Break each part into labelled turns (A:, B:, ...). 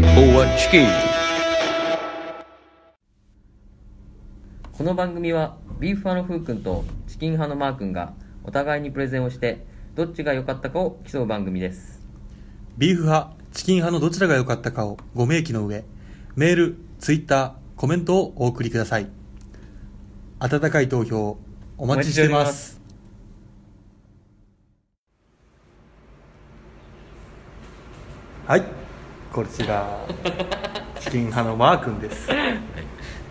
A: チキンこの番組はビーフ派のふうくんとチキン派のマーくんがお互いにプレゼンをしてどっちが良かったかを競う番組です
B: ビーフ派、チキン派のどちらが良かったかをご明記の上、メール、ツイッター、コメントをお送りください。温かい投票、お待ちしてます。はい、こち ら、チキン派のマー君です。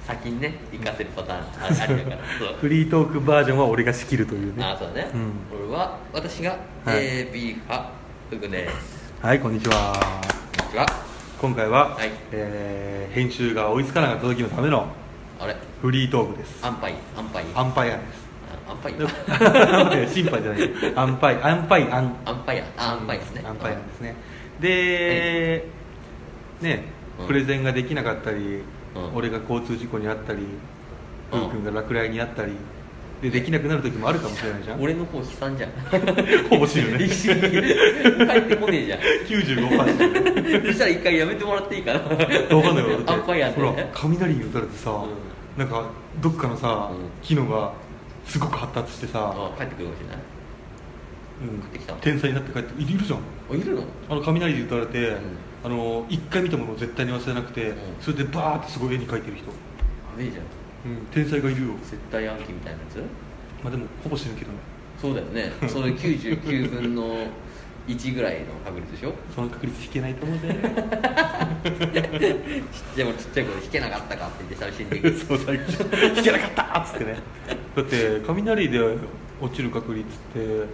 A: 先にね行かせるパタ ーンあありだから
B: フリートークバージョンは俺が仕切るというね。
A: そうだね
B: うん
A: 俺は私が、
B: はい
A: えービーフ派ふうくんです
B: はい、こんにちは。
A: こんにちは
B: 今回は、
A: はい
B: えー編集が追いつかなかった時のための
A: あれ
B: フリートークです。
A: アンパイアンパイ
B: アンパイアです。
A: あアンパイ
B: 審 判じゃないアンパイアンパイアン
A: アンパイアあアンパイですね
B: アンパイアンですねで、ね
A: うん
B: プレゼンができなかったり、
A: うん
B: 俺が交通事故にあったり
A: う
B: ふ
A: ん
B: うくんが落雷にあったりでできなくなる時もあるかもしれないじゃん
A: 俺の方悲惨じゃん
B: ほぼ死ぬ ね
A: 一時帰ってこねえじゃん
B: 95%
A: そしたら一回やめてもらっていいかな
B: どうかんないよ
A: アンパイアン
B: ほ
A: で
B: ら
A: ね
B: 雷に打たれてさ、
A: う
B: なんかどっかのさ、
A: うん
B: 機能がすごく発達してさ、
A: あ帰ってくるかもしれない
B: うん
A: 帰ってきた
B: 天才になって帰っているじゃん
A: あいるの
B: あの雷で打たれて、
A: うん
B: あの一回見たものを絶対に忘れなくて、
A: うん
B: それでバーってすごい絵に描いてる人、
A: あいいじゃん
B: うん、天才がいるよ、
A: 絶対暗記みたいなやつ
B: まあ、でもほぼ死ぬけどね
A: そうだよ ねそれ99分の1ぐらいの確率でしょ
B: その確率引けないと思うぜ
A: でもちっちゃい頃弾けなかったかって言って寂しいんだ けど
B: そう最近引けなかったっつってねだって雷で落ちる確率って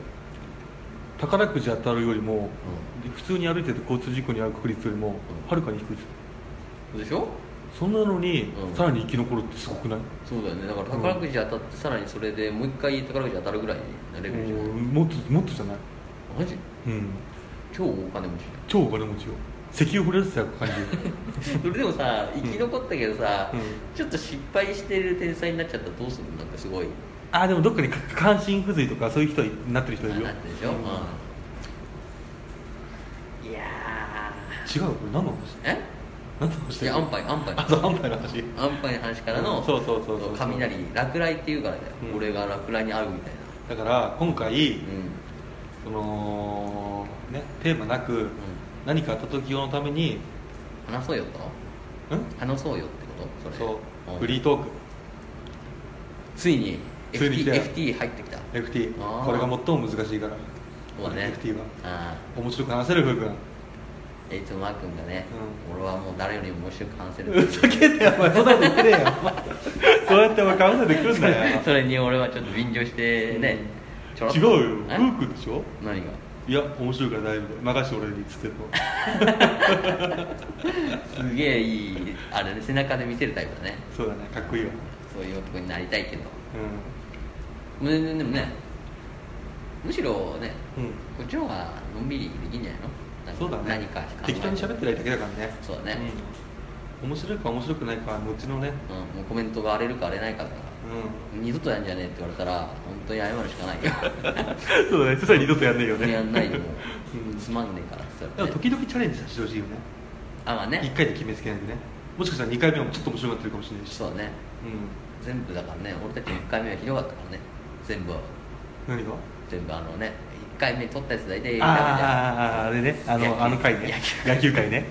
B: 宝くじ当たるよりも、普通に歩いてて交通事故に遭う確率よりも
A: うん
B: はるかに低いですよ
A: でしょ
B: そんなのに、
A: うん
B: さらに生き残るってすごくない
A: そうだよねだから宝くじ当たってさらにそれでもう一回宝くじ当たるぐらいのレベルじゃない
B: うんもっともっとじゃない、
A: マジ
B: うん、
A: 超お金持ち
B: 超お金持ちよ石油掘り出すや感じる
A: じゃんそれでもさ生き残ったけどさ、
B: うん
A: ちょっと失敗してる天才になっちゃったらどうするのなんかすごい
B: あーでもどっかにか関心不随とかそういう人になってる人いるよ
A: なってるでしょ、
B: うん
A: うん
B: 違う
A: いや
B: これ何の
A: ー
B: 話
A: え
B: 何の話
A: い
B: だよ
A: や安牌安牌
B: あそう安牌の話
A: アンパイの話からの、
B: うんそうそうそうそう
A: 雷落雷っていうからだよ、
B: うん
A: 俺が落雷に遭うみたい
B: だから今回
A: なうん
B: そのねテーマなく
A: う
B: 何かあった時用のためにん
A: ん話そうよと話そうよってことそれ
B: そうフ
A: ん
B: リートーク
A: ついに
B: ついに来
A: FT,
B: たよ
A: FT 入ってきた
B: FT
A: あー
B: これが最も難しいから
A: そうだね
B: FT は
A: あ
B: 面白く話せるふうくん
A: あいつもマー君がね、俺はもう誰よりも面白く話せる
B: ふざけてお前そんなこと言ってねえよ お前そうやってお前かぶせてくんな よ
A: それに俺はちょっと便乗してね、ちょろっ
B: 違
A: と
B: うよふう
A: え
B: くんでしょ
A: 何が
B: いや面白いから大丈夫だよ任して俺にっつってるの
A: すげえいいあれね背中で見せるタイプだね
B: そうだねかっこいいわ
A: そういう男になりたいけど
B: う
A: 全然でもねむしろね
B: ん、うん、
A: こっちの方がのんびりできんじゃないのなんか
B: そうだね
A: 何か考えて
B: 適当に喋ってないだけだからね
A: そうだね、
B: うん、面白いか面白くないかは後のね
A: うんもうコメントが荒れるか荒れないかだから
B: う
A: 二度とやんじゃねえって言われたら本当に謝るしかないよ
B: んそうだねそしたら二度とやんないよ
A: 本当に
B: ね
A: やんないよもう、
B: うん
A: つまんねえからって言
B: で
A: わ
B: も
A: れて
B: 時々チャレンジさせてほしいよね
A: あまあ
B: 一
A: ね
B: 回で決めつけないでねもしかしたら二回目もちょっと面白くなってるかもしれないし
A: そうだね
B: うん
A: 全部だからね俺たち1回目はひどかったからね全部
B: 何が
A: 全部あのね1回目取ったやつ大体ダ
B: あああああれねあ
A: 野球
B: のあの回ね野球 界ね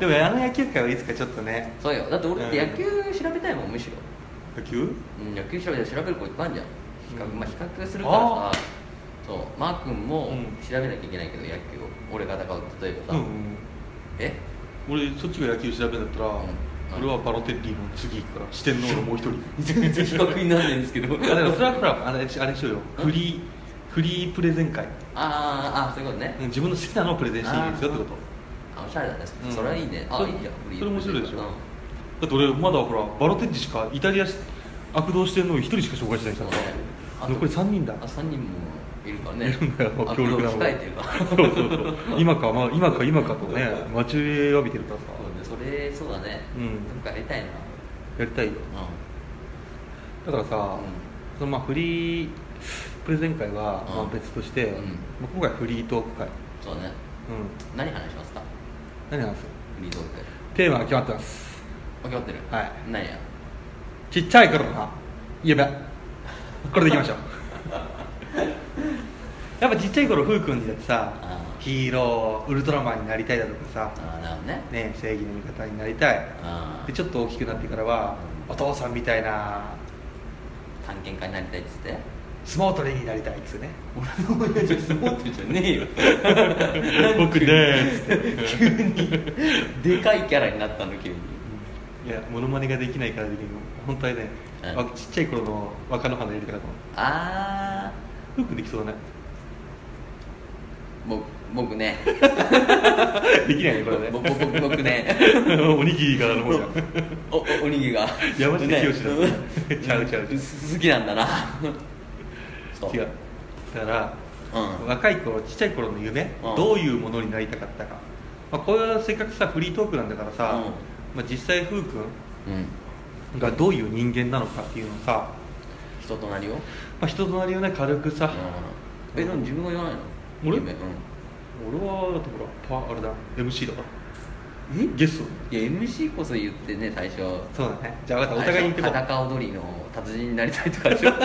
B: でもあの野球界はいつかちょっとね
A: メじゃんそうよだって俺って
B: うん
A: 野球調べたいもんむしろ、
B: 野球
A: うん、野球調べたら調べる子いっぱいあるじゃん比較,、
B: うん
A: まあ、比較するから
B: あ
A: さ
B: ー
A: そうマー君も
B: うん
A: 調べなきゃいけないけど野球を俺が戦う例えばさ、
B: うん、うん
A: え
B: 俺そっちが野球調べんだったら、
A: ん
B: 俺はバロテッリの次行くから四天王のもう一人
A: 全然比較にならないんですけど
B: あだからそれはほらあれあれしようよフリーフリープレゼン会
A: あーあーそういうことね
B: うん自分の好きなのをプレゼンしていいですよってこと
A: あおしゃれだね、
B: うん
A: それはいいねあ
B: そ
A: い
B: れ
A: いじゃんフリー
B: それ面白いでしょ
A: うん
B: だって俺まだほらバロテッリしかイタリアし悪道してるの一人しか紹介してないか
A: そう
B: ら
A: ねあと
B: 残り三人だ
A: あ三人もいるからね
B: いるんだよ
A: あ
B: 強力なの
A: これを控えてるから
B: そうそうそう今か、まあ、今か今かとね待ち受けわびてるからさ
A: そうねそれそうだね
B: うん
A: どっかやりたいな
B: やりたいよだからさ、
A: うん
B: そのまあフリープレゼン会は
A: うん
B: まあ別として、
A: うん
B: まあ今回フリートーク会、うん、
A: そうね何話しますか
B: 何話す
A: フリートーク
B: テーマが決まってます
A: 分かってる
B: はい
A: 何や
B: ちっちゃい頃の夢これでいきま しょうやっぱちっちゃい頃ふうくんにだってさ
A: あー
B: ヒーローウルトラマンになりたいだとか
A: ああなるほどね
B: さ、ね、正義の味方になりたい
A: あ
B: でちょっと大きくなってからはお父さんみたいな
A: あ探検家になりたいっつって
B: 相撲取りになりたいっつうね
A: 俺の親父相撲取りじゃねえよ
B: 僕でー
A: 急に でかいキャラになったの急に
B: いやモノマネができないからできるの本当はね、
A: うん
B: わちっちゃい頃の若の花入れてからの
A: ああ
B: フックできそう だね
A: 僕僕ね
B: できないねこれね
A: 僕僕僕ね
B: おにぎりからの方じゃん
A: おおおにぎりが
B: 山下清 だ
A: ね
B: ちゃうちゃうちゃう
A: す好きなんだなそ
B: 違うだから、
A: うん
B: 若い頃ちっちゃい頃の夢、
A: うん
B: どういうものになりたかったか、まあ、これはせっかくさフリートークなんだからさ、まあ、実際ふうく
A: うん
B: んがどういう人間なのかっていうのをさ、
A: 人となりを
B: まあ、人となりをね軽くさ、
A: えでも自分が言わないの
B: 俺
A: 夢うん
B: 俺はだってほらパあれだ MC だか
A: え
B: らゲスト
A: いや MC こそ言ってね最初
B: そうだねじゃあ分かったお互いに言ってこ
A: 裸踊りの達人になりたいとかでしょ
B: う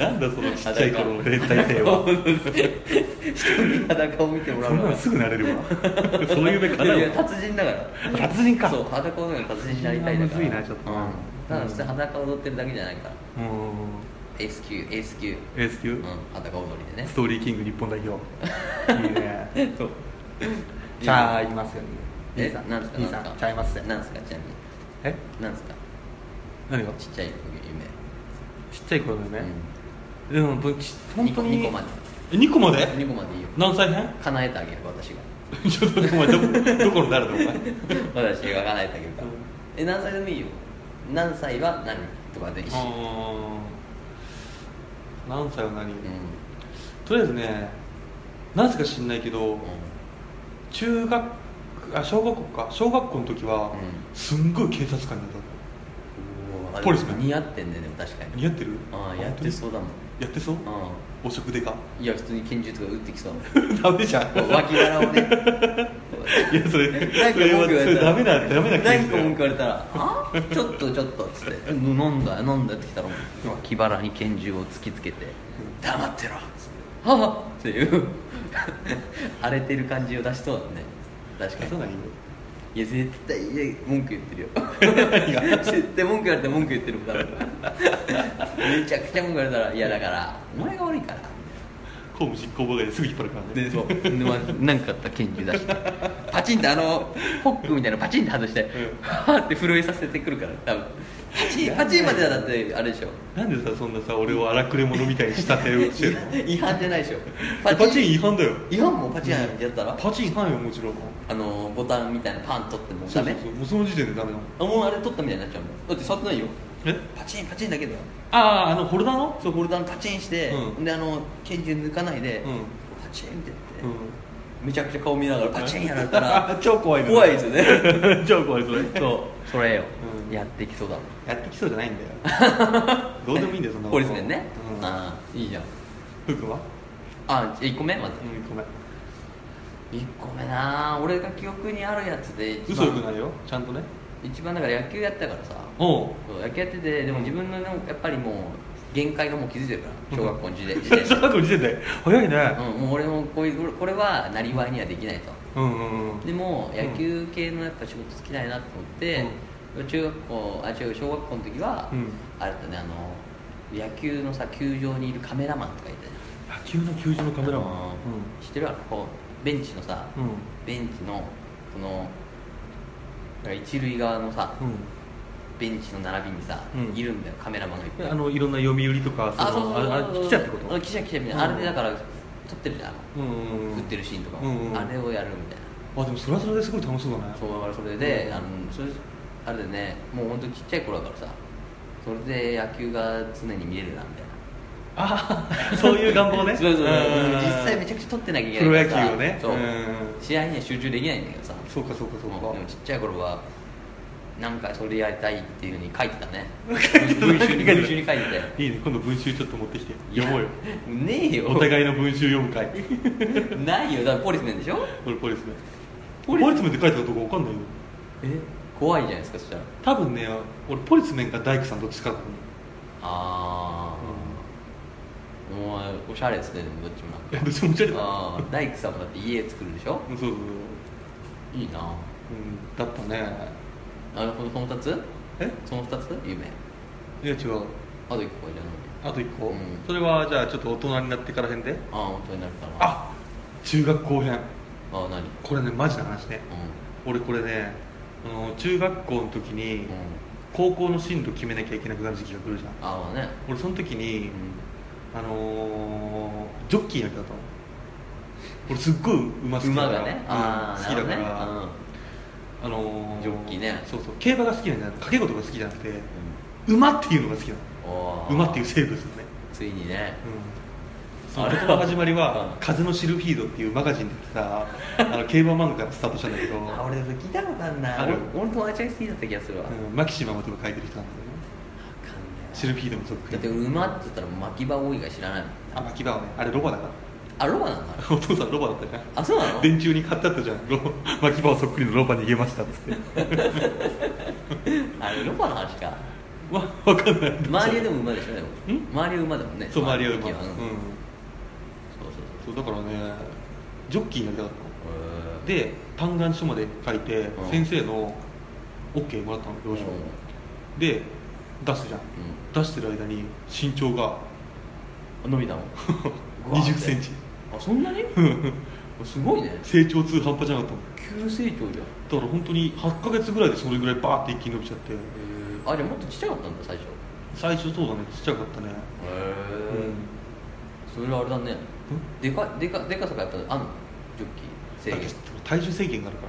B: なんだその ちっちゃい頃の連帯性 は
A: 人に裸を見てもら
B: そ
A: うん
B: な
A: の
B: の
A: が
B: すぐなれるわ そういう夢叶
A: いうやいや
B: わ
A: 達人だから
B: 達人か
A: そう裸踊りの達人になりたいだから
B: 達人はむずいなちょっとな
A: うんただ普通に裸踊ってるだけじゃないから
B: うん
A: エース級エース級
B: エース級
A: うん裸踊りでね
B: ストーリーキング日本代表いいね
A: そう
B: ちゃいますよね
A: え
B: 兄さん
A: なんすか
B: 兄
A: な
B: さ
A: んすか
B: んちゃいますよ
A: なんすかちなみに
B: え
A: なんすか
B: 何がち
A: ちっちゃい夢
B: ちっちゃい頃だよね、でもほんとち
A: うん
B: 本当に
A: 二個まで
B: え二個まで
A: 2個までいいよ
B: 何歳編
A: 叶えてあげる私が
B: ちょっとお前どどこの誰だお
A: 私が叶え
B: 前
A: てあげるから
B: うん
A: え何歳でもいいよ何歳は何とかでいいしう
B: あー何歳は何、
A: ん
B: とりあえずね何歳か知んないけど、中学あ小学校か小学校の時は、
A: うん
B: すんごい警察官になっ
A: うん
B: ポリスマン
A: 似合ってんねでも確か
B: た
A: に
B: 似合ってる
A: ああやってそうだもん
B: やってそう
A: う
B: お食でか
A: んいや普通に拳銃とか撃ってきそうだもん
B: ダメじゃん
A: こう脇腹をね
B: いやそれ
A: 何
B: それ
A: か
B: は
A: 文句言われたら
B: それダ メだダメだケ
A: 何
B: ース
A: か
B: だよ
A: 文句言われたら「あちょっとちょっと」っつって「うん飲んだ飲んだ」ってきたらもう脇腹に拳銃を突きつけて「黙ってろ」っつって「はあ」っていう 荒れてる感じを出しそうだね確か
B: 出さ
A: に
B: ないよ
A: いや絶対いや文句言ってるよ
B: 何が
A: 絶対文句言われたら文句言ってるもん多分めちゃくちゃ文句言われたら「いやだからお前が悪いから」
B: 公務執行妨害ですぐ引っ張るからね
A: でそうでまなんかあったら拳銃出してパチンってあのホックみたいなのパチンって外して
B: ん
A: はーって震えさせてくるから多分パチンパチンまではだってあれでしょ
B: なんでさそんなさ俺を荒くれ者みたいに仕立てをしてるの
A: 違反じゃないでしょ
B: パチン違反だよ
A: 違反もパチンやったら
B: パチン違反よもちろん
A: あのボタンみたいなパン取ってもダメ
B: そうそうそうもうその時点でダメなの
A: あもうあれ取ったみたいになっちゃうもんだって触ってないよ
B: え
A: パチンパチンだけだよ
B: あああのホルダーの
A: そうホルダーのパチンして、
B: うん
A: であの拳銃抜かないで、
B: うん
A: パチンってやって、
B: う
A: めちゃくちゃ顔見ながらパチンやられたら
B: 超怖いね
A: 怖いですよね
B: ん超 怖いそれ
A: そうそれよ、
B: うん
A: やってきそうだもん
B: やってきそうじゃないんだ よどうでもいいんだよそんなこ
A: ポ
B: と
A: リスメンね、
B: うん
A: ああいいじゃん
B: ふうくんは
A: あ1個目まず
B: うんごめん
A: 1個目なあ俺が記憶にあるやつで一
B: 嘘よくな
A: 番
B: いよちゃんとね
A: 一番だから野球やってたからさ
B: お う
A: そう野球やっててでも自分のやっぱりもう限界がもう気づいてるから小学校の時点時点で
B: 小学校時点で早いね
A: うん、もう俺もこういうこれはなりわいにはできないと
B: うんうんうん
A: でも野球系のやっぱ仕事つきたいなと思って、中学校あ違う小学校の時は、
B: うん
A: あれだねあの野球のさ球場にいるカメラマンとかいたじゃん
B: 野球の球場のカメラマン
A: あのー知ってるわこうベンチのさ、
B: うん
A: ベンチのこのだから一塁側のさ、
B: うん
A: ベンチの並びにさ、
B: うん
A: いるんだよカメラマンがいっぱ
B: え
A: い
B: あのいろんな読売とか
A: あ
B: そ
A: そう
B: の
A: そうそう
B: あれあれ記者ってこ
A: あ
B: と
A: 記者記者みたいな、
B: うん
A: あれでだから撮ってるじゃんあ
B: うんうん
A: の、
B: うん
A: 打ってるシーンとかも、
B: うんうん
A: あれをやるみたいな
B: あでもそれはそれですごい楽しそうだね
A: そうだからそれで、
B: うん
A: あのそれあれでねもうほんとちっちゃい頃だからさそれで野球が常に見れるなみたいな
B: ああそういう願望ね
A: そうそうそう
B: うん
A: 実際めちゃくちゃ撮ってなきゃいけ
B: プロ
A: な
B: 野
A: い
B: 球
A: からさ
B: をね
A: そう、
B: ん
A: 試合には集中できないんだけどさ
B: そうかそうかそう
A: うんでも
B: か
A: ちっちゃい頃はなんかそれやりたいっていうふうに書いてた ね
B: 文
A: 文
B: 集
A: 集
B: に
A: に
B: 書いてた
A: 文集に書いてて
B: いいね今度文集ちょっと持ってきて読もうよ
A: ねえよ
B: お互いの文集読む会
A: ないよだからポリスメンでしょ
B: 俺ポリスね
A: ポ
B: ポ
A: リ
B: リツメンって書いてあるとこわかんないよ
A: え怖いじゃないですかそしたら
B: 多分ね俺ポリツメンか大工さんどっちかだと思う
A: ああ、お前おしゃれですねでもどっちもなんか
B: えどっちもおしゃれだ
A: ああ大工さんもだって家作るでしょ
B: うんそうそうそう、
A: いいな
B: うん、だったね
A: あこのその2つ
B: え
A: その2つ夢
B: いや違う
A: あと1個はいらない
B: あと1個、
A: うん
B: それはじゃあちょっと大人になってから辺で
A: ああ本当になるかな
B: あ中学校編
A: あー何うん
B: これねマジな話ね俺これねあの中学校の時
A: う
B: に
A: ん
B: 高校の進路決めなきゃいけなくなる時期が来るじゃん
A: ああまあね
B: 俺その時に、あのー、ジョッキーの役だったの俺すっごい馬好きだ
A: 馬
B: から
A: がね
B: うん
A: ああ
B: 好きだから、
A: なるほどね
B: あのー、
A: ジョッキーね
B: そうそう競馬が好きなんじゃなくて掛け事が好きじゃなくて馬っていうのが好きな
A: うんおー
B: の馬っていう生物のね
A: ついにね
B: うんそ
A: あ
B: の
A: れ
B: 言
A: は
B: 葉の始まり
A: う
B: は
A: ん
B: 「風のシルフィード」っていうマガジンで さあの競馬漫画からスタートしたんだけど、
A: あ俺聞いたことあんな
B: ある
A: 俺俺友達が好きだった気がするわ、わかんない
B: うん、マキシマムとか書いてる人なんだよねシルフィードも続
A: だって
B: 編
A: 馬って言ったら巻き場多いが知らないもん
B: あマキバはねあれロバだから
A: あロバなんだ
B: お父さんロバだったじゃん
A: あそうなの
B: 電柱に買ってあったじゃんロマキバはそっくりのロバ逃げましたっつって
A: あれロバの話か
B: わ分かんない
A: 周りはでも馬でしょでも
B: ん
A: 周りは馬だもんね
B: そう周りは
A: 馬
B: 馬、う
A: そ
B: ん
A: う、そうそ
B: そうだからねジョッキーになりたかった
A: う
B: の
A: へー
B: で嘆願書まで書いて、
A: うん
B: 先生の OK もらったの
A: うん
B: 領収書、で出すじゃん出してる間に身長が
A: うん伸び たもん
B: 2 0センチ
A: あそんなにすごいね
B: 成長痛半端じゃなかったの
A: 急成長じゃん
B: だから本当に8ヶ月ぐらいでそれぐらいバーって一気に伸びちゃって
A: あじゃあもっとちっちゃかったんだ最初へ
B: 最初そうだねちっちゃかったねう
A: えそ
B: ん、
A: れはあれだねでかでかでかさがやっぱあんのジョッキ
B: だ
A: ー
B: け
A: 制
B: ど
A: 限
B: 体重制限があるか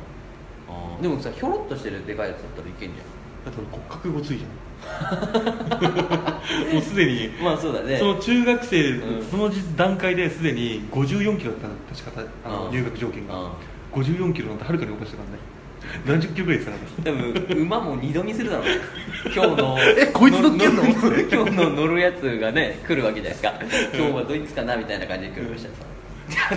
B: ら
A: あーでもさひょろっとしてるでかいやつだったらいけんじ
B: だって俺骨格ごつい じゃんもうすでに
A: ゃんまあそうだね
B: その中学生、
A: うん
B: その段階ですでに54キロだったの確かあの
A: うん
B: 入学条件が
A: うん
B: 54キロなんてはるかにおかしかったね何十キロぐらい ですからね
A: 多分馬も二度見するだろうね今日の
B: えこいつ乗ってんの
A: 今日の乗るやつがね来るわけじゃないですか今日はどいつかなみたいな感じで来るました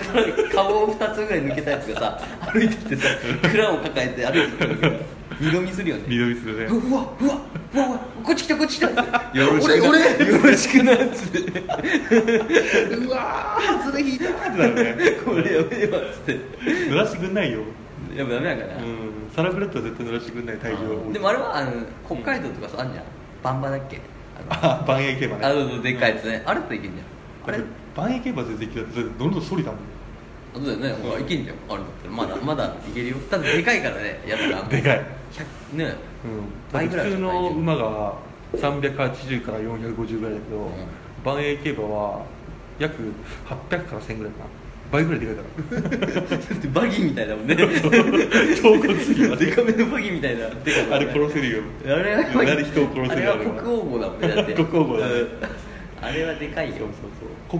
A: さ顔を2つぐらい抜けたやつがさ歩いてきてさ蔵を抱えて歩いてきて二度見するよね
B: 緑するね
A: うわうわうわうわこっち来たこっち来たって
B: よろしく
A: 俺
B: な
A: 俺よろしくなっつって
B: うわー外れ引いたーってなるね
A: これやめようっつって
B: 濡らしてくんないよ、
A: やっぱダメなんかな、
B: うん、サラブレッドは絶対濡らしてくんない体重
A: でもあれはあの北海道とかさあんじゃんバ ンバだっけあの
B: あ万栄競馬ね
A: あのでっかいやつね、あれっていけんじゃんあ
B: あ
A: れ
B: れ万栄競馬全然嫌いだってどんどん反りだもん
A: あとだよね、ほらいけんじゃんあれだったらまだまだいけるよただでかいからねやつら
B: でかい、うん
A: 100ね
B: だっ
A: 倍
B: て
A: ぐらい
B: 普
A: で
B: 通
A: しょ
B: の馬が380から450ぐらいだけど、
A: うん
B: 万栄競馬は約800から1000ぐらいかな倍ぐらいで かいか
A: だってバギーみたいだもん ね
B: ら頭骨すぎ
A: でかめのバギーみたいなでかい
B: あれ殺せるよ
A: あれは
B: あれ人を殺せる
A: あれは国王号だもんねだって
B: 国王号だね
A: うんあれはでかいよ
B: そう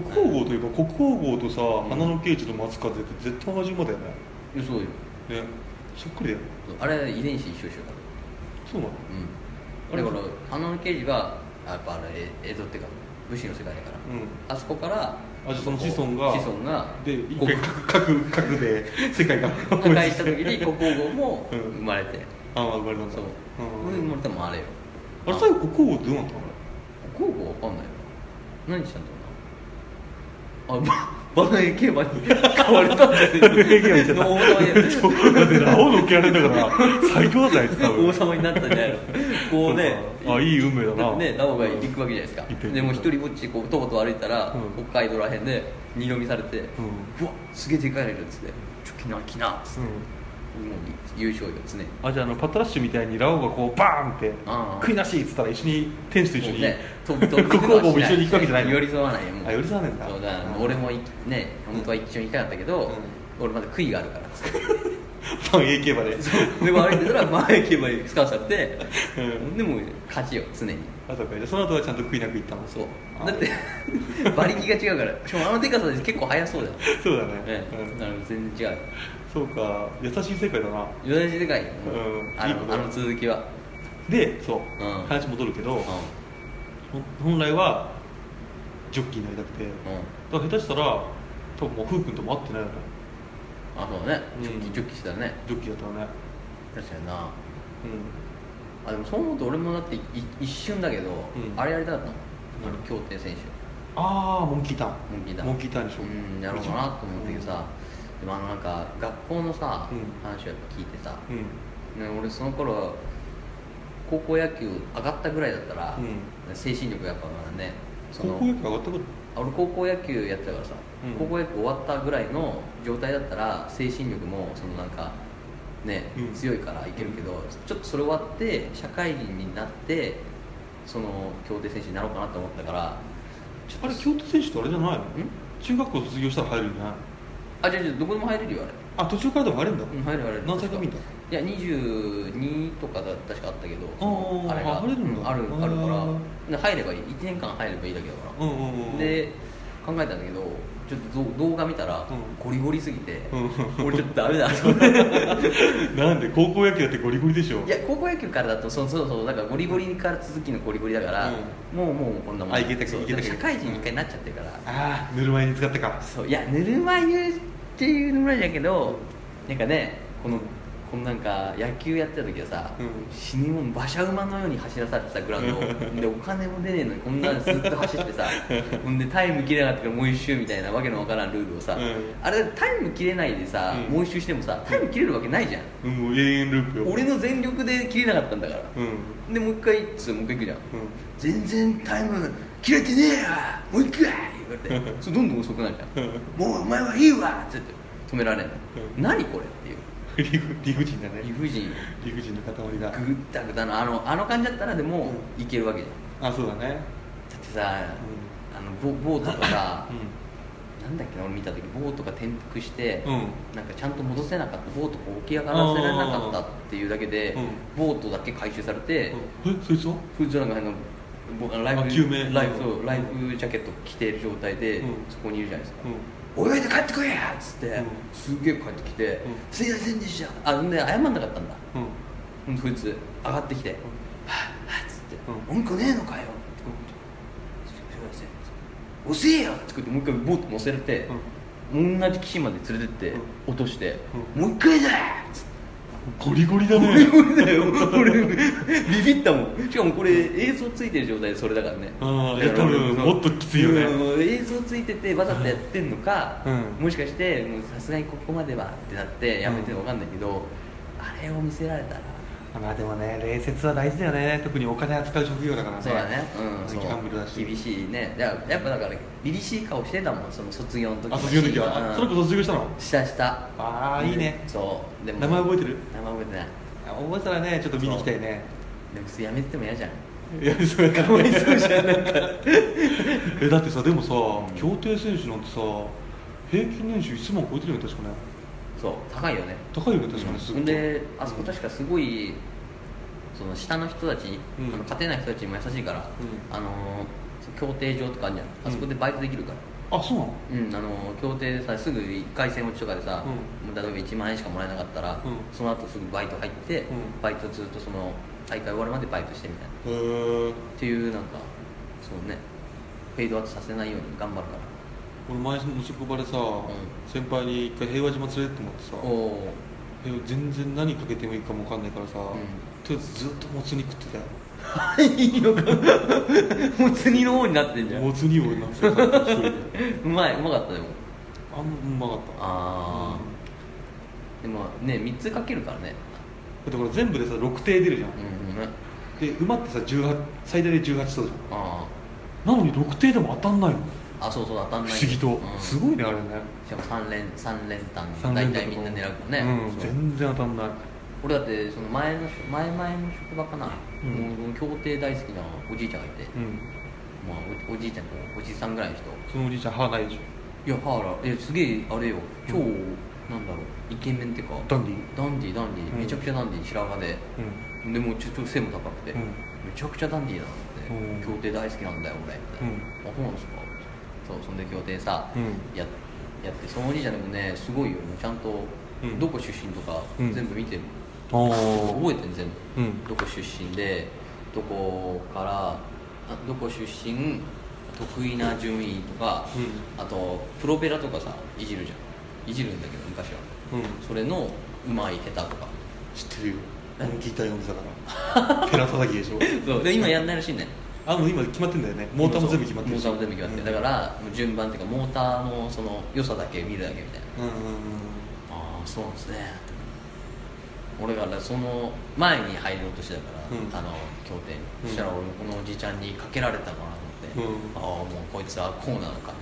B: そうそう国宝号といえば国宝号とさ花の刑事と松風って絶対同じ馬だよね
A: いやそうよ
B: ねそっくりだよ
A: あれ遺伝子一緒一緒だから
B: そうなの
A: うん、だから花の刑事はやっぱあのえ江戸っていうか武士の世界だから、
B: うん
A: あそこから
B: あじゃあその子孫が
A: 子孫が
B: で一
A: 国
B: 回核核で 世界が
A: 破壊した時に国王号も
B: うん
A: 生まれて、
B: ああ生まれたんだ
A: そう、
B: う
A: 俺
B: ん
A: 生まれたもんあれよ
B: あれ最後国王どうなったの
A: 国王号わかんないよ何したんだろうな あババナエ競馬に 変われたんだよねの王様に
B: ち ょだって青のけられたから最強だったやつ多分
A: 王様になったんじゃないのこうね
B: あいい運命だな
A: だってねラオが行くわけじゃないですか、
B: 行ってる
A: でもう一人ぼっちこうとこと歩いたら、
B: うん
A: 北海道らへんで二度見されて、うわすげえでかいのいるっつって「ちょ来な来な」っつって、もう優勝よ常に
B: あじゃああのパトラッシュみたいにラオがこうバーンって
A: ああ
B: 悔いなしいっつったら一緒に天使と一緒
A: も
B: に
A: うね飛ぶ飛
B: 国
A: ぶ
B: 王も一緒に行くわけじゃないの
A: 寄り添わないよもう
B: あ寄り添わないんだ
A: そうだから
B: うん
A: 俺もいね本当は一緒に行きたかったけど、
B: う
A: 俺まだ悔いがあるからっつって
B: 万栄競馬で
A: でも歩いてたら前行けばいいスカウされて、
B: うん
A: でもう勝ちよ常に
B: あそうかじゃあその後はちゃんと悔いなく行ったの
A: そう
B: あ
A: だって馬力が違うからしかもあのデカさで結構速そうだよ、
B: そうだね、
A: ね
B: うん
A: なるほど全然違う
B: そうか優しい世界だな
A: 余談しでかいよ、
B: うん
A: あ
B: いい
A: の
B: こと
A: あの続きは、
B: でそう、
A: うん
B: 話戻るけど、
A: うん
B: ほ本来はジョッキーになりたくてだから下手したら多分もうフー君とも会ってないよね
A: あそうだね
B: うん
A: チョッキチョッキしてたね
B: ジョッキだったらね
A: 確かにな
B: う
A: あでもそう思うと俺もだってい一瞬だけど、
B: ん
A: あれやりたかったもんあの
B: うん
A: 競艇選手
B: んああモンキーターン
A: モンキーターン
B: モンキーターンでしょ
A: うんやろうかなと思ったけどさ、でもあのなんか学校のさ、
B: うん
A: 話をやっぱ聞いてさ、
B: うん
A: ね、俺その頃高校野球上がったぐらいだったら、
B: う
A: 精神力やっぱまだねそ
B: 高
A: の
B: 校野球上がったこと
A: あ俺高校野球やってたからさ、
B: うん
A: 高校野球終わったぐらいの状態だったら精神力もそのなんかね、
B: うん
A: 強いからいけるけどちょっとそれ終わって社会人になってその競艇選手になろうかなと思ったからちょっと
B: あれ京都選手ってあれじゃない
A: ん
B: の中学校卒業したら入るんじゃない
A: あじゃあじゃあどこでも入れるよあれ
B: あ途中からでも入れるんだ
A: うん入る入る
B: 何歳組だ
A: いや22とかだ確かあったけど
B: あー
A: あれが
B: あ入れるんだ
A: あるあるか
B: あ
A: らで入ればいい1年間入ればいいだけだから
B: うんうんうん
A: で考えたんだけどちょっとど動画見たら
B: うん
A: ゴリゴリすぎて、
B: う
A: 俺ちょっとダメだ と思って
B: なんで高校野球だってゴリゴリでしょ
A: いや高校野球からだとそうそうそうだからゴリゴリから続きのゴリゴリだから、
B: う
A: もうもうこんなもん
B: あいけたか
A: そう
B: いけたか
A: 社会人に一回なっちゃってるから、
B: ああぬるま湯に使ってか
A: そういやぬるま湯っていうぬるま湯だけどなんかねこのこのなんか野球やってた時はさ、
B: うん
A: 死に物馬車馬のように走らされてさグラウン ドでお金も出ねえのにこんなんずっと走ってさほんでタイム切れなかったからもう一周みたいなわけのわからんルールをさ、
B: うん
A: あれタイム切れないでさ、
B: うん
A: もう一周してもさタイム切れるわけないじゃん、
B: うんもう永遠ループよ
A: 俺の全力で切れなかったんだから、
B: うんうん
A: でもう一回っつってもう一回行くじゃん全然タイム切れてねえやもう一回言 われてそうどんどん遅くなるじゃんもうお前はいいわって言って止められない、
B: うん
A: 何これっていう
B: 理不理不尽だね
A: 理不尽
B: 理不尽の塊だ
A: ぐったぐたのあのあの感じだったらでも、いけるわけじゃん
B: あそうだね
A: だってさ、あのボボートとか さ、
B: う
A: なんだっけな俺見た時ボートが転覆して、
B: んうん
A: なんかちゃんと戻せなかったボートが起き上がらせられなかったっていうだけで、
B: う
A: ボートだけ回収されて、
B: えそいつは
A: フードランの僕あのライ
B: あ
A: フ
B: 救命
A: ライフそうライフジャケット着ている状態で、
B: うん
A: そこにいるじゃないですか、
B: う
A: 泳いで帰ってこいやっつって、
B: うん
A: すげえ帰ってきて、
B: ん
A: すいませんでしたあんで謝んなかったんだ
B: んう
A: ほん
B: ん
A: でそいつ上がってきて、はあはあっつって「うんこねえのかよ」ってこうすいません」遅えよ!」ってこうやってもう一回ボート乗せられて、同じ岸まで連れてって、落として、もう一回だ!」っつって
B: ゴリゴリだね
A: 俺だよ俺ビビったもんしかもこれ映像ついてる状態でそれだからね
B: あー
A: だから
B: いや多分
A: その
B: もっときついよね
A: うん映像ついててわざとやってんのか、
B: うん
A: もしかしてもうさすがにここまではってなってやめてるのわかんないけど、あれを見せられたら
B: まあでもね礼節は大事だよね特にお金扱う職業だからね
A: そうだね、うん、
B: ギ
A: そう
B: ャンブルだし
A: 厳しいねいややっぱだから凛々しい顔してたもんその卒業の時
B: あ卒業の時はあその子卒業したの
A: 下下
B: ああいいね
A: そうでも
B: 名前覚えてる
A: 名前覚えてない
B: 覚えたらねちょっと見に行きたいね
A: でもそれやめてても嫌じゃ ん
B: いやそれ
A: かわいそうじゃんなんか
B: えだってさでもさ競艇選手なんてさ平均年収1万超えてるよね確かね
A: そう高いよね
B: 高いよね確かにすご
A: うん
B: い
A: であそこ確かすごいその下の人たち、
B: うん
A: あの勝てない人たちにも優しいから、
B: う
A: あのー競艇場とかあるじゃんあそこでバイトできるから、
B: あそうなの
A: うんあのー競艇でさすぐ1回戦落ちとかでさ、
B: う
A: 例えば1万円しかもらえなかったら、
B: ん
A: その後すぐバイト入って、
B: ん
A: バイトずっとその大会終わるまでバイトしてみたいな
B: へえ
A: っていうなんかそうねフェードアウトさせないように頑張るか
B: 俺前の職場でさ、
A: ん
B: 先輩に一回平和島連れてってもらってさ
A: らおお
B: 平和全然何かけてもいいかもわかんないからさ、
A: ん
B: とりあえずずっともつ煮食ってたよ
A: ー いいのかもう釣りの方になってんじゃん
B: もつ煮をなんてさ一人で
A: うまいうまかったでも
B: あんまうまかっ
A: あ
B: た
A: あ、でもね3つかけるからね
B: だってこれ全部でさ6艇出るじゃん
A: うんね
B: で馬ってさ18最大で18頭じ
A: あ
B: ゃんなのに6艇でも当たんないの
A: ーあそうそう当たんない
B: 不思議と、
A: うん
B: す
A: し
B: ごいねあれね
A: かも3連三連単
B: 三
A: 大
B: 連
A: 体
B: 単
A: み
B: と
A: ん
B: か
A: な狙うからね、
B: うん、
A: そう
B: 全然当たんない
A: 俺だってその前の前々の職場かな、
B: うん
A: もう競艇大好きなおじいちゃんがいて、
B: うん
A: まあ、おおじいちゃんとおじさんぐらいの人
B: そのおじいちゃん歯ないでし
A: いやハーラいやすげえあれよ超、
B: う
A: なんだろうイケメンっていうか
B: ょダンディ
A: ダンディダンディ、
B: うん
A: めちゃくちゃダンディ白髪で
B: う
A: でもちょっと背も高くて、
B: うん
A: めちゃくちゃダンディーなんだって、競
B: うん
A: 艇大好きなんだよ俺みたいな、あそうなんですかそうそんで競艇さ、
B: うん
A: ややってそのお兄ちゃんでもねすごいよもうちゃんと、
B: うん
A: どこ出身とか、
B: うん
A: 全部見てる
B: あー
A: 覚えてる全部、
B: うん
A: どこ出身でどこからあどこ出身得意な順位とか、
B: う
A: あとプロペラとかさいじるじゃんいじるんだけど昔は
B: うん
A: それのうまい下手とか
B: 知ってるよ俺も聞いたよだからペラ叩きでしょ
A: そうで今やんないらしいね
B: あもう今決まってんだよねモーターも全部決まってる
A: モーターも全部決まってるだから順番っていうかモーターのその良さだけ見るだけみたいな
B: らうんうんうん
A: ああそうなんですね俺がねその前に入ろうとしてたから、
B: うん
A: あの協定に
B: うん
A: そしたら俺もこのおじちゃんにかけられたかなと思って、
B: うん
A: ああもうこいつはこうなのか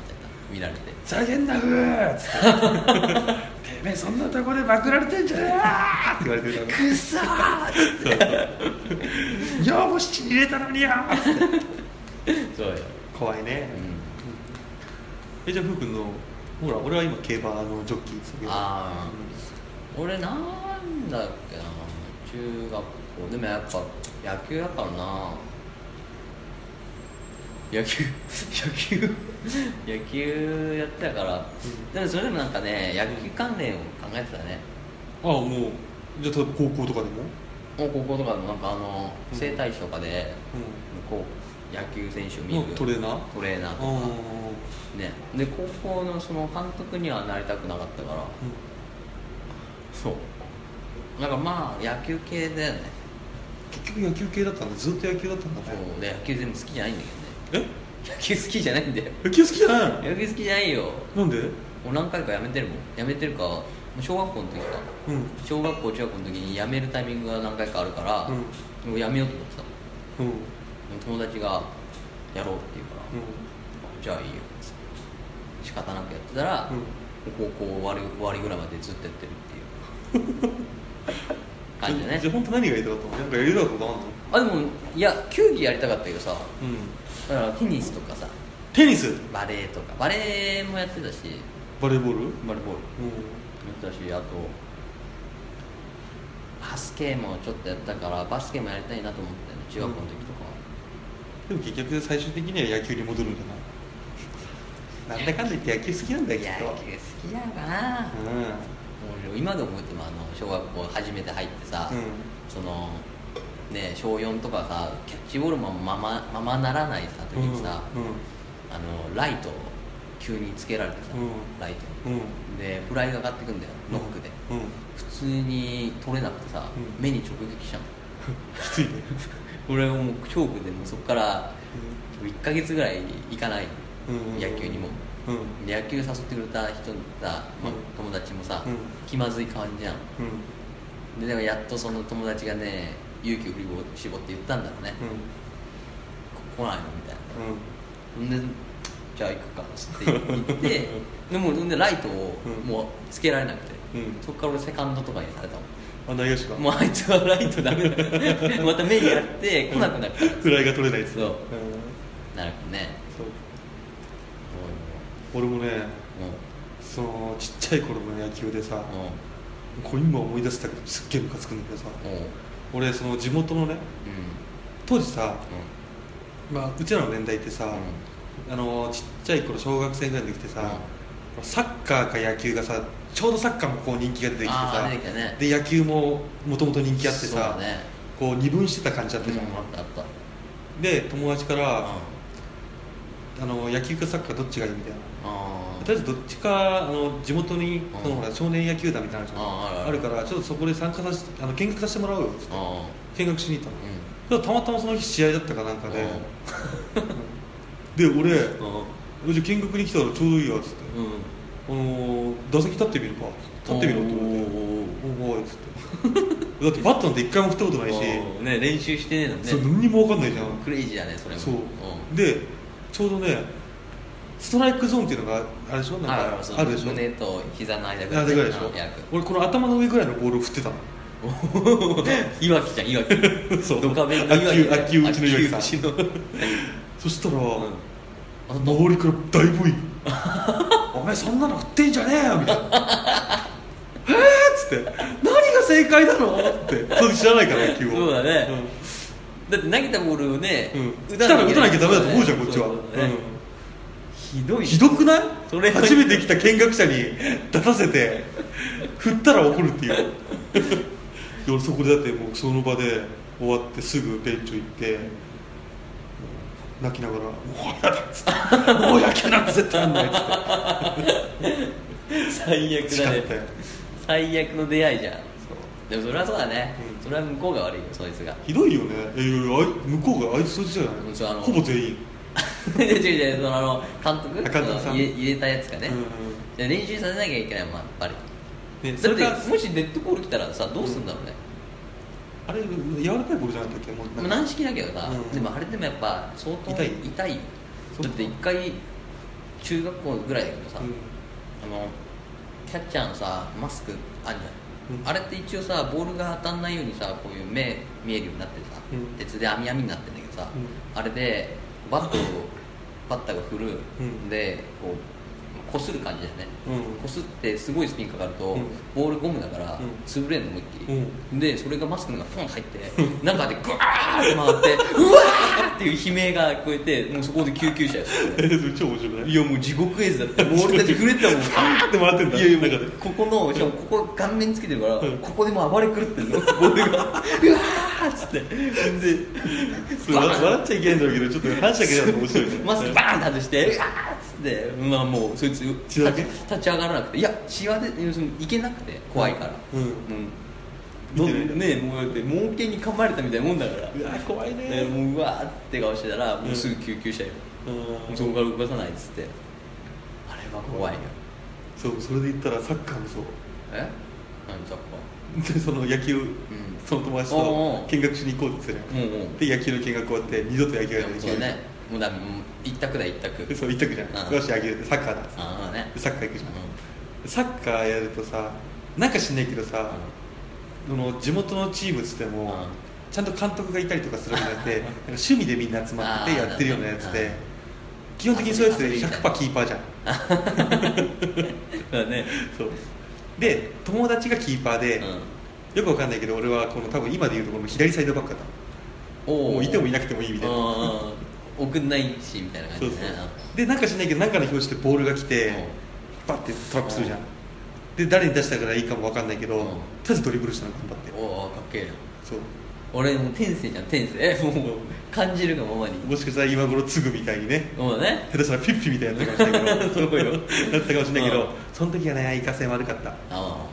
A: みたいな見られ て
B: ざけんなふーっつっててめえそんなとこでまくられてんじゃねえわーって言われてる
A: くっそー
B: 女房七に入れたのによーって
A: そうよ、
B: 怖いね
A: う、ん、
B: えじゃあふうくんのほら俺は今競馬のジョッキーですけど
A: あ
B: う
A: 俺なんだっけな中学校でもやっぱ野球だからな野球 野球野球やってたから、
B: ん
A: でもそれでもなんかね野球関連を考えてたね、
B: んああもうじゃあ例えば高校とかでも
A: もう高校とかのなんかあの
B: うん
A: 整体師とかで
B: う
A: こう野球選手を見
B: の
A: る
B: トレーナー
A: トレーナーと
B: あ
A: か
B: あ、
A: ねで高校のその監督にはなりたくなかったからそうなんかまあ野球系だよね
B: 結局野球系だったんだずっと野球だったんだね
A: そうで野球全部好きじゃないんだ
B: え
A: けどね野球好きじゃないんだよ
B: 野球好きじゃないの
A: 野球好きじゃないよも
B: なんで
A: う何回かやめてるもんやめてるかもう小学校の時か
B: うん
A: 小学校中学校の時にやめるタイミングが何回かあるから、もうやめようと思ってた
B: うん
A: でも友達がやろうって言うから、じゃあいいよっつって仕方なくやってたら、もう高校終わり終わりぐらいまでずっとやってるっていう感じ
B: うん
A: だ
B: じゃ
A: ね
B: あ本当何がやりたかったのなんかやりたかったことあんの
A: あでもいや球技やりたかったけどさ
B: うん
A: だからテニスとかさ
B: テニス
A: バレーとかバレーもやってたし
B: バレーボールうん
A: バレーボールもやってたしあとバスケもちょっとやったからバスケもやりたいなと思ったよね中学校の時とかは、
B: でも結局最終的には野球に戻るんじゃないなんだかんだ言って野球好きなんだよきっと
A: 野球好きなのかな、俺今でも覚えてもあの小学校初めて入ってさ、
B: うん
A: そのね小4とかさキャッチボールもままままならないさ時
B: うん
A: にさ、あのライトを急につけられてさ、
B: うん
A: ライト
B: うんうん
A: でフライが上がってくんだよノックで、
B: うん
A: 普通に取れなくてさ、
B: うん
A: 目に直撃したの
B: きついね
A: 俺はもう恐怖でもうそこから1ヶ月ぐらい行かない、
B: うん
A: 野球にも
B: うん
A: で野球誘ってくれた人さ、まあ
B: う
A: 友
B: ん
A: 達もさ、
B: うん
A: 気まずい感じじゃん
B: うん
A: ででもやっとその友達がね勇気を振り絞って言ったんだろうね、来ないのみたいなほ
B: うんうん
A: んでじゃあ行くかっつって言って でもうほんでライトを
B: うん
A: もうつけられなくて、
B: うん
A: そっから俺セカンドとかにされたもん
B: あ内野手か
A: もうあいつはライトダメだまた目にやって来なくなるから
B: フライが取れないやつ
A: そうんなるほどね
B: そう俺も
A: も
B: ね
A: う
B: そのちっちゃい頃の野球でさ
A: も
B: こう今思い出したけどすっげえムカつくんだけどさ
A: うもうもう
B: 俺その地元のね
A: う
B: 当時さ、
A: ん
B: まあ、うちらの年代ってさ、
A: うん
B: あのちっちゃい頃小学生ぐらいの時ってさ、サッカーか野球がさちょうどサッカーもこう人気が出てきて
A: あ
B: さ
A: ー出てきたね
B: で野球ももともと人気あって
A: そうだ
B: さ、
A: ね
B: こう二分してた感じだった
A: うん
B: じゃん、
A: あったあった
B: で友達から、
A: あ
B: あの野球かサッカーどっちがいいみたいな
A: あ
B: とりあえずどっちかあの地元に
A: ん
B: そのほら少年野球団みたいなの
A: ああ
B: が
A: あ
B: あ
A: る
B: る
A: ある
B: からちょっとそこで参加させてあの見学させてもらおうよって
A: あ
B: 見学しに行ったの
A: ー
B: でたまたまその日試合だったかなんかで
A: うん
B: で
A: うん
B: 俺「じゃあ見学に来たらちょうどいいや」っつって
A: うん
B: 「あのー打席立ってみるか」立ってみろ」って言われて「おお」っつってだってバットなんて一回も振ったことないし
A: うんね練習してねえのね
B: そう何にも分かんないじゃん
A: クレイジーだねそれも
B: そ
A: ん
B: うでちょうどねストライクゾーンっていうのがあれでしょなん
A: あ
B: か
A: る
B: あるでしょ
A: 胸と膝の間ぐら
B: あ
A: い
B: れぐらいでしょ
A: うんやる
B: 俺この頭の上ぐらいのボールを振ってたの
A: いわきじゃんいわき
B: そう
A: ドカベンのいわきだよ
B: 秋秋うちのいわきさん
A: 秋うちの
B: そしたら、
A: あの
B: 周りから大ブ ーイングお前そんなの振ってんじゃねえよみたいな えーっつって何が正解なのってそれ知らないから野球を
A: そうだねだって投げたボールをね
B: うん、うん、来たら打たなきゃダメだと思うじゃんこっちは、
A: そううだねひど
B: ん、
A: い
B: ひどくない
A: それ
B: 初めて来た見学者に立た せて振ったら怒るっていうで俺そこでだってもうその場で終わってすぐベンチ行って 泣きながら「もうやだ」っつって「もう野球なんて絶対やんない」っつって
A: 最悪
B: 誓
A: だ
B: っ
A: ね
B: たよ
A: 最悪の出会いじゃんでもそれはそうだね、
B: うん
A: それは向こうが悪いよそいつが
B: ひどいよねえあい向こうがあいつそいつじゃない
A: うんそうあの
B: ほぼ全員
A: で違う違うそのあの監督
B: あ監督さん
A: その入れ入れたやつがね、
B: うんうん
A: で練習させなきゃいけないもんやっぱり
B: ね
A: だ
B: そ
A: っ
B: れが
A: てもしデッドボール来たらさどうするんだろうね、
B: あれ柔らかいボールじゃなかったっけもう
A: まあ軟式だけどさ、
B: うん
A: でもあれでもやっぱ相当
B: 痛い
A: 痛い
B: そう
A: だって一回中学校ぐらいだけどさ、
B: うん
A: あのキャッチャーのさマスクあるじゃん、
B: うん
A: あれって一応さボールが当たんないようにさこういう目見えるようになってさ、
B: うん
A: 鉄で網網になってんだけどさ、
B: う
A: あれでバットをバッターが振る、
B: うん
A: でこうこする感じだよね
B: うん
A: こすってすごいスピンかかると、
B: うん
A: ボールゴムだから、
B: うん
A: 潰れんの思いっきり、
B: う
A: でそれがマスクの中にポン入って中でグワーって 回ってうわーっていう悲鳴が聞こえてもうそこで救急車やって
B: えそれ超面白くない
A: いやもう地獄絵図だってボールだって震えてたもん
B: パーって回ってんだ
A: いやいやも
B: 中
A: う
B: で
A: ここのしかもここ顔面つけてるから、
B: うん
A: ここでもう暴れ狂って るのボールがうわーっつって
B: そ
A: で
B: れ
A: バ
B: 笑
A: ー
B: 笑っちゃいけないんだろうけどちょっと話だけだと面白いね
A: マスクバーンって外してうわーっつってまあもうそいつ
B: 血だけ
A: 立ち立ち上がらなくていや血はでそのいけなくて怖いから、
B: うん
A: うん
B: 見てないんだ
A: ねもうだって猛犬に噛まれたみたいなもんだから、
B: うわ怖い
A: ね
B: ね
A: もううわーって顔してたらもうすぐ救急車よ、
B: うん
A: そこから動かさないっつってあれは怖いよ
B: そうそれで言ったらサッカーもそう
A: え何サッ
B: でその野球
A: ん
B: その友達
A: おうお
B: と
A: う
B: 見学しに行こうって言ってた
A: カ
B: じ
A: ーもうも
B: ゃんで野球の見学終わって二度と野
A: うい
B: 球
A: や
B: が
A: も
B: で
A: う
B: き
A: それ
B: ない
A: ねもうだもう一択だ一択
B: で そう言ったくじゃん
A: うん
B: よし野球ってサッカーだ
A: ああね
B: でサッカー行くじゃん
A: う
B: サッカーやるとさなんかしないけどさ、その地元のチームっつっても、
A: うん
B: ちゃんと監督がいたりとか するんじゃなくてなんか趣味でみんな集まって
A: あー
B: やってるようなやつ
A: う
B: で
A: ん
B: 基本的にそういうやつ
A: 遊
B: で
A: び遊びみたいな
B: 100%キーパーじゃん
A: んだね
B: そうで友達がキーパーで、
A: うん
B: よくわかんないけど俺はこの多分今で言うとこの左サイドバックだった
A: お
B: もういてもいな
A: く
B: くてもいいみたいな
A: な送んないしみたいな感
B: そう
A: じ
B: そう
A: でね
B: でなんかしないけどなんかの表紙でボールが来てバッてトラップするじゃんで誰に出したからいいかもわかんないけど
A: うん
B: とりあえずドリブルしたの頑張っ
A: お
B: て
A: おーかっけえな
B: そう
A: 俺もう天性じゃん天性えもう感じるがままに
B: もしかしたら今頃つぐみたいにね
A: もうね
B: 下手したらピッピみたいになったかもしれないけど
A: そうよ
B: なったかもしれない
A: う
B: けど
A: ん
B: その時はねイカ戦悪かった、
A: あ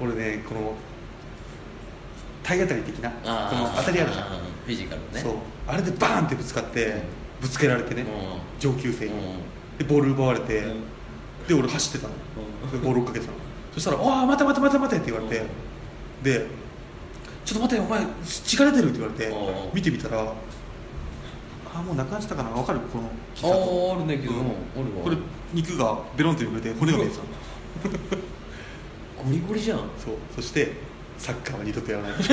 B: うん俺ねこの体当たり的な
A: ーあ
B: この当たりあるじゃん
A: ーフィジカルね
B: そうあれでバーンってぶつかって、
A: うん
B: ぶつけられてね、
A: うん
B: 上級生
A: う
B: に、
A: ん
B: でボール奪われて、
A: うん
B: で俺走ってたの、
A: う
B: でボール追っかけてたのそしたら「ああ待て待て待て待て」って言われて、
A: うん
B: で「ちょっと待てお前血が出てる」って言われて、
A: うん
B: 見てみたらああもうなくなってたかなわかるこの
A: あ
B: と
A: ああるんだけど
B: うん
A: 俺は
B: これ肉がベロンってめれて骨が見えてたの
A: ゴリゴリじゃん
B: そうそしてサッカーは二度とやらない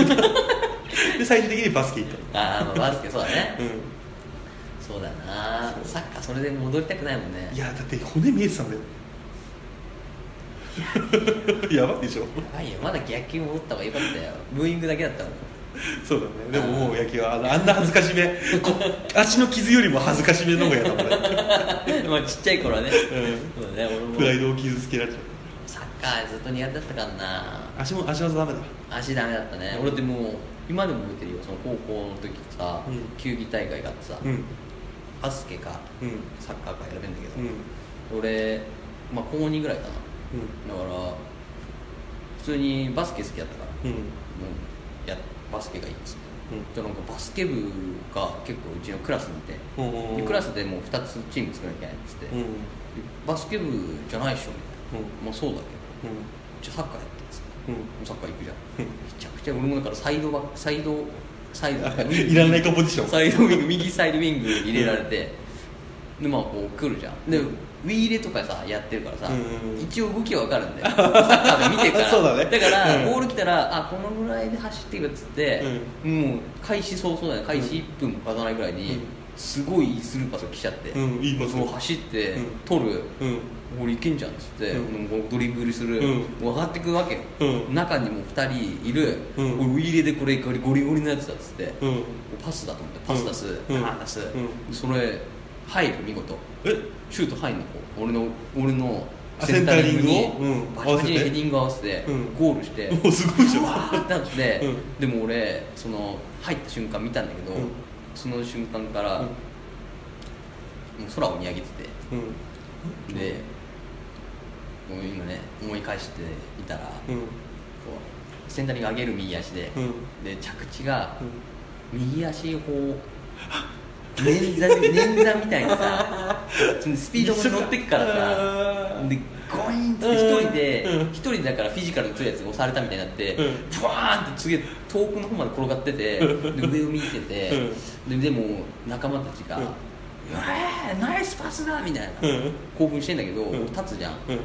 B: で最終的にバスケ行ったの
A: あーまあバスケそうだね
B: う
A: そうだよな
B: そう
A: サッカーそれで戻りたくないもんね
B: んいやだって骨見えてたんだよ やばいでしょ
A: やばいよまだ野球戻った方がよかったよブーイングだけだったもん
B: そうだねでももう野球はあのあんな恥ずかしめこ足の傷よりも恥ずかしめの方が嫌だもんね、
A: まあちっちゃい頃はね、
B: う
A: そうだね俺
B: ん、
A: も
B: プライドを傷つけられちゃう
A: サッカーずっと苦手だったからな
B: 足も足技ダメだ
A: 足ダメだったね俺ってもう今でも覚えてるよその高校の時さ、
B: うん
A: 球技大会があってさ、
B: うん
A: バスケか
B: うん
A: サッカーか選べんだけ
B: う
A: ど
B: ん、
A: 俺、まあ、高2ぐらいかな
B: う
A: だから普通にバスケ好きだったから、
B: んうん
A: もうやバスケがいいっつってでなんかバスケ部が結構うちのクラスにいて、
B: うんうんうん
A: でクラスでもう2つチーム作らなきゃいけないっつって、
B: うん
A: でバスケ部じゃないでしょみたいな、
B: う
A: まあそうだけどじゃあサッカーやってっつってもうサッカー行くじゃんめちゃくちゃ俺もだからサイドバックサイドサイド
B: うんうん いらないかポジション
A: サイドウィング右サイドウィングに入れられて、でまあこう来るじゃんで、
B: うん
A: ウィーレとかさやってるからさ、
B: うんうん
A: 一応動きは分かるん だよサッカーで見てるから
B: そうだね
A: から、
B: うん
A: ボール来たらあこのぐらいで走ってくっつって、もう開始早々だね開始1分も経たないぐらいに、
B: うん
A: すごいいいスルーパスが来ちゃって、
B: うんいいパス
A: もう走って、
B: うん
A: 取る
B: うん
A: 俺いけんじゃんっつって、
B: うん
A: もうドリブルする、
B: う
A: もう上がってくわけよ、
B: うん
A: 中にも2人いる、
B: うん
A: 俺ウィーレでこれゴリゴリのやつだっつって、
B: うん
A: パスだと思ってパス出す、
B: うん
A: パー出す、
B: う
A: それ入る見事
B: え
A: シュート入るのこう俺の俺の
B: あセンタリン
A: セ
B: グを
A: タに
B: うん
A: バチバチに
B: 合わせて
A: ヘディング合わせて、
B: うん
A: ゴールして
B: おすごいじゃん
A: うわーってなって、
B: うん
A: でも俺その入った瞬間見たんだけど、
B: うん
A: その瞬間から、
B: うん
A: もう空を見上げてて
B: うん
A: でもう今ね思い返していたら、
B: う
A: こ
B: ん
A: うセンタリング上げる右足で、
B: うん
A: で着地が
B: うん
A: 右足をこう捻挫で捻挫みたいにさそのスピードも乗ってくから
B: う
A: さ
B: ん
A: でゴインって一人で
B: うん
A: 一人でだからフィジカルの強いやつに押されたみたいになって
B: うん
A: ブワーンって次遠くの方まで転がっててで上を見ててででも仲間たちが
B: うん
A: 「えー、ナイスパスだ!」みたいな
B: うん
A: 興奮してんだけど
B: うん
A: 立つじゃんあ
B: うん
A: こ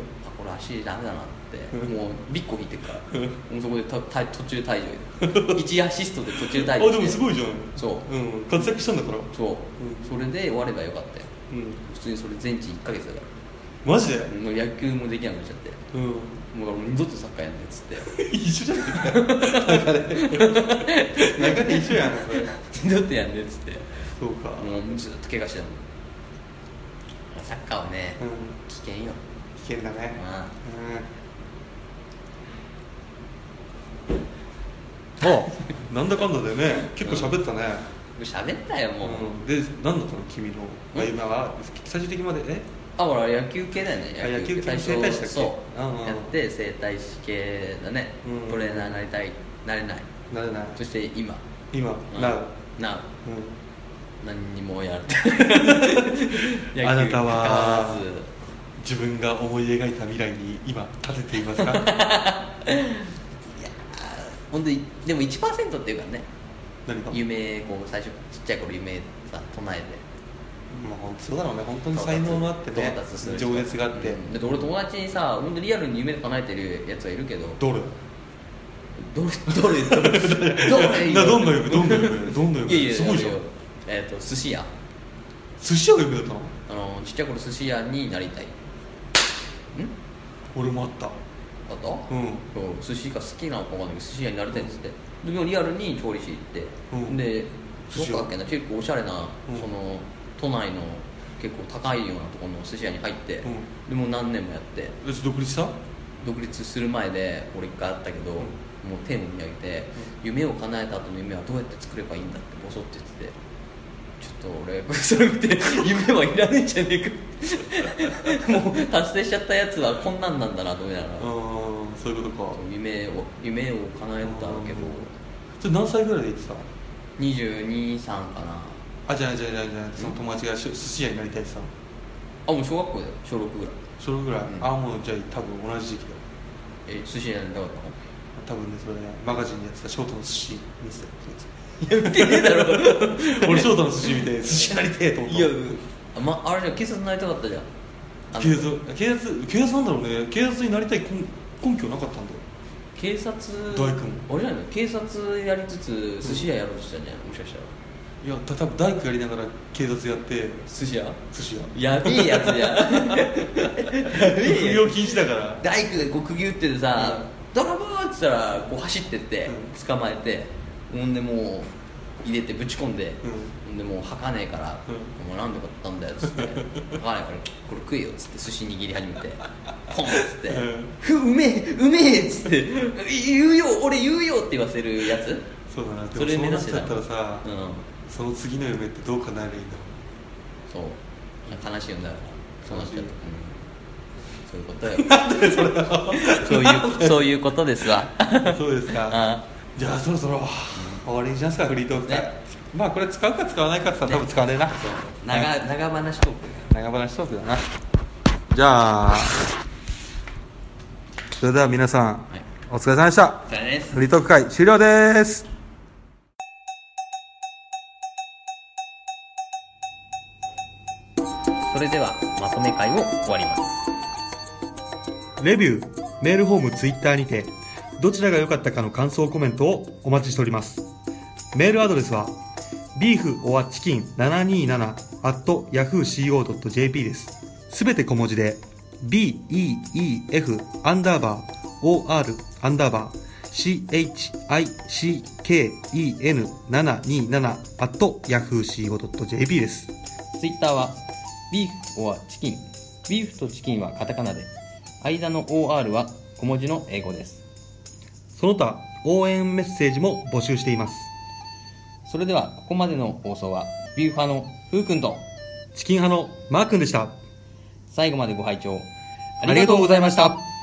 A: れ足ダメだなって
B: うん
A: もうビッコ引いてるから
B: うん
A: もうそこでたた途中退 場一アシストで途中退場し
B: あ
A: て
B: でもすごいじゃん、
A: そう
B: ん、活躍したんだから
A: そう、そ
B: ん
A: れで終わればよかったよ
B: うん
A: 普通にそれ全治1ヶ月だか
B: マジで
A: らもう野球もできなくなっちゃって
B: うん
A: もう二度とサッカーやんねっつって
B: 一緒じゃん流れ流れ一緒やんそれ
A: 二度とやんねっつって
B: そうか
A: もうずっと怪我してたもんサッカーはね、
B: う
A: 危
B: ん
A: 険よ
B: 危険だね
A: ま
B: うんあなんだかんだでね結構喋ったね、
A: あ喋ったよもう、
B: うんで何だったの君の、まあ、今は最終的までえ
A: あほら野球系だよね
B: あ野球系
A: 最初
B: 整体師だっけ
A: そう
B: うんうん
A: やって整体師系だね、
B: うん
A: トレーナーになりたいなれない
B: なれない
A: そして今
B: 今、
A: うん
B: なう
A: な
B: う
A: 何にもやる
B: あ
A: 野球
B: なたは
A: に関わらず
B: ん、自分が思い描いた未来に今立ててい ますか
A: 本当にでも1%っていうかね
B: 何か
A: 夢こう最初ちっちゃい頃夢さ唱えて
B: まあ本当そうだろうね本当に才能もあってね
A: 到達する人
B: 情熱があって、
A: うんだって俺友達にさ本当リアルに夢叶えてるやつはいるけど
B: どれ
A: どれどれどれどれ
B: などんな夢どんな夢どんな夢
A: いやいや
B: すごいじゃん
A: あのえっ、と寿司屋
B: 寿司屋が夢だったの
A: あのちっちゃい頃寿司屋になりたいん
B: 俺もあった
A: あと、
B: うん
A: そう寿司が好きなのかわかんないけど寿司屋になりたいんですってでもリアルに調理師行って、
B: うん
A: で
B: 寿司屋
A: どこだっけな結構おしゃれな、
B: ん
A: その都内の結構高いようなところの寿司屋に入って、
B: ん
A: でもう何年もやって
B: えちょっと独立した
A: 独立する前で俺一回あったけど、
B: ん
A: もう手を見上げて、夢を叶えた後の夢はどうやって作ればいいんだってボソって言っててちょっと俺それ見 て夢はいらねえんじゃねえか もう達成しちゃったやつはこんなんなんだなと思いながら、
B: ああそういうことか
A: 夢を夢を叶えたけど
B: それ何歳ぐらいで行ってた
A: 223かな
B: あじゃあじゃあじゃあじゃあその友達がし寿司屋になりたいってさ
A: あもう小学校だよ小6ぐらい
B: それぐらい、
A: うん
B: ああもうじゃあ多分同じ時期だよ
A: え寿司屋になりたかっ
B: 多分ねそれねマガジンでやってたショートの寿司見せて
A: たのやってねえだろ
B: 俺ショートの寿司見て寿司屋になりてえと思った
A: いや あ,、まあれじゃん警察になりたかったじゃんあの
B: 警察警察警察なんだろうね警察になりたい根根拠なかったんだよ
A: 警察
B: 大工も
A: あれじゃないの警察やりつつ寿司屋やろうとしたんじゃないのもしかしたら
B: いやた多分大工やりながら警察やって
A: 寿司屋
B: 寿司屋
A: やべえやつじゃんやべえ
B: 副
A: や
B: 業
A: つ
B: 禁止だから
A: 大工でこう釘打っててさ「泥棒!」っつったらこう走ってって
B: う
A: 捕まえてほんでもう入れてぶち込んで、
B: う
A: ほんでもう吐かねえから「
B: うん
A: お前なんで買ったんだよ」っつ って「吐かないからこれ食えよ」っつって寿司握り始め てポンっつって
B: うん
A: 「ふうめえうめえ」っつって「言うよ俺言うよ」って言わせるやつ
B: そうだな
A: それ
B: で
A: 目
B: も
A: 指
B: そうなっ
A: して
B: ち
A: た
B: ゃったらさ、
A: うん
B: その次の夢ってどう叶えればいいんだ
A: そう悲しいよねだからそうなっちゃった、
B: 悲しい
A: うん そういうことよそういうそういうことですわ
B: ろ うそうですか
A: あ
B: じゃあそろそろ終わりにしますかフリートーク会、
A: ね
B: まあこれ使うか使わないかって言ったら多分使わねえな、
A: 長 長話トーク
B: 長話トークだなじゃあそれでは皆さん、
A: はい
B: お疲れ様でした
A: お疲れ様です
B: フリートーク会終了です
A: それではまとめ会を終わります
B: レビューメールフォームツイッターにてどちらが良かったかの感想コメントをお待ちしておりますメールアドレスは beeforchicken727-yahooco.jp ですすべて小文字で beef アンダーバー or アンダーバー chicken727-yahooco.jp です
A: ツイッターはビーフ or チキンビーフとチキンはカタカナで間の OR は小文字の英語です
B: その他応援メッセージも募集しています
A: それではここまでの放送はビューファーのふうくんと
B: チキン派のマー君でした
A: 最後までご拝聴あありがとうございました。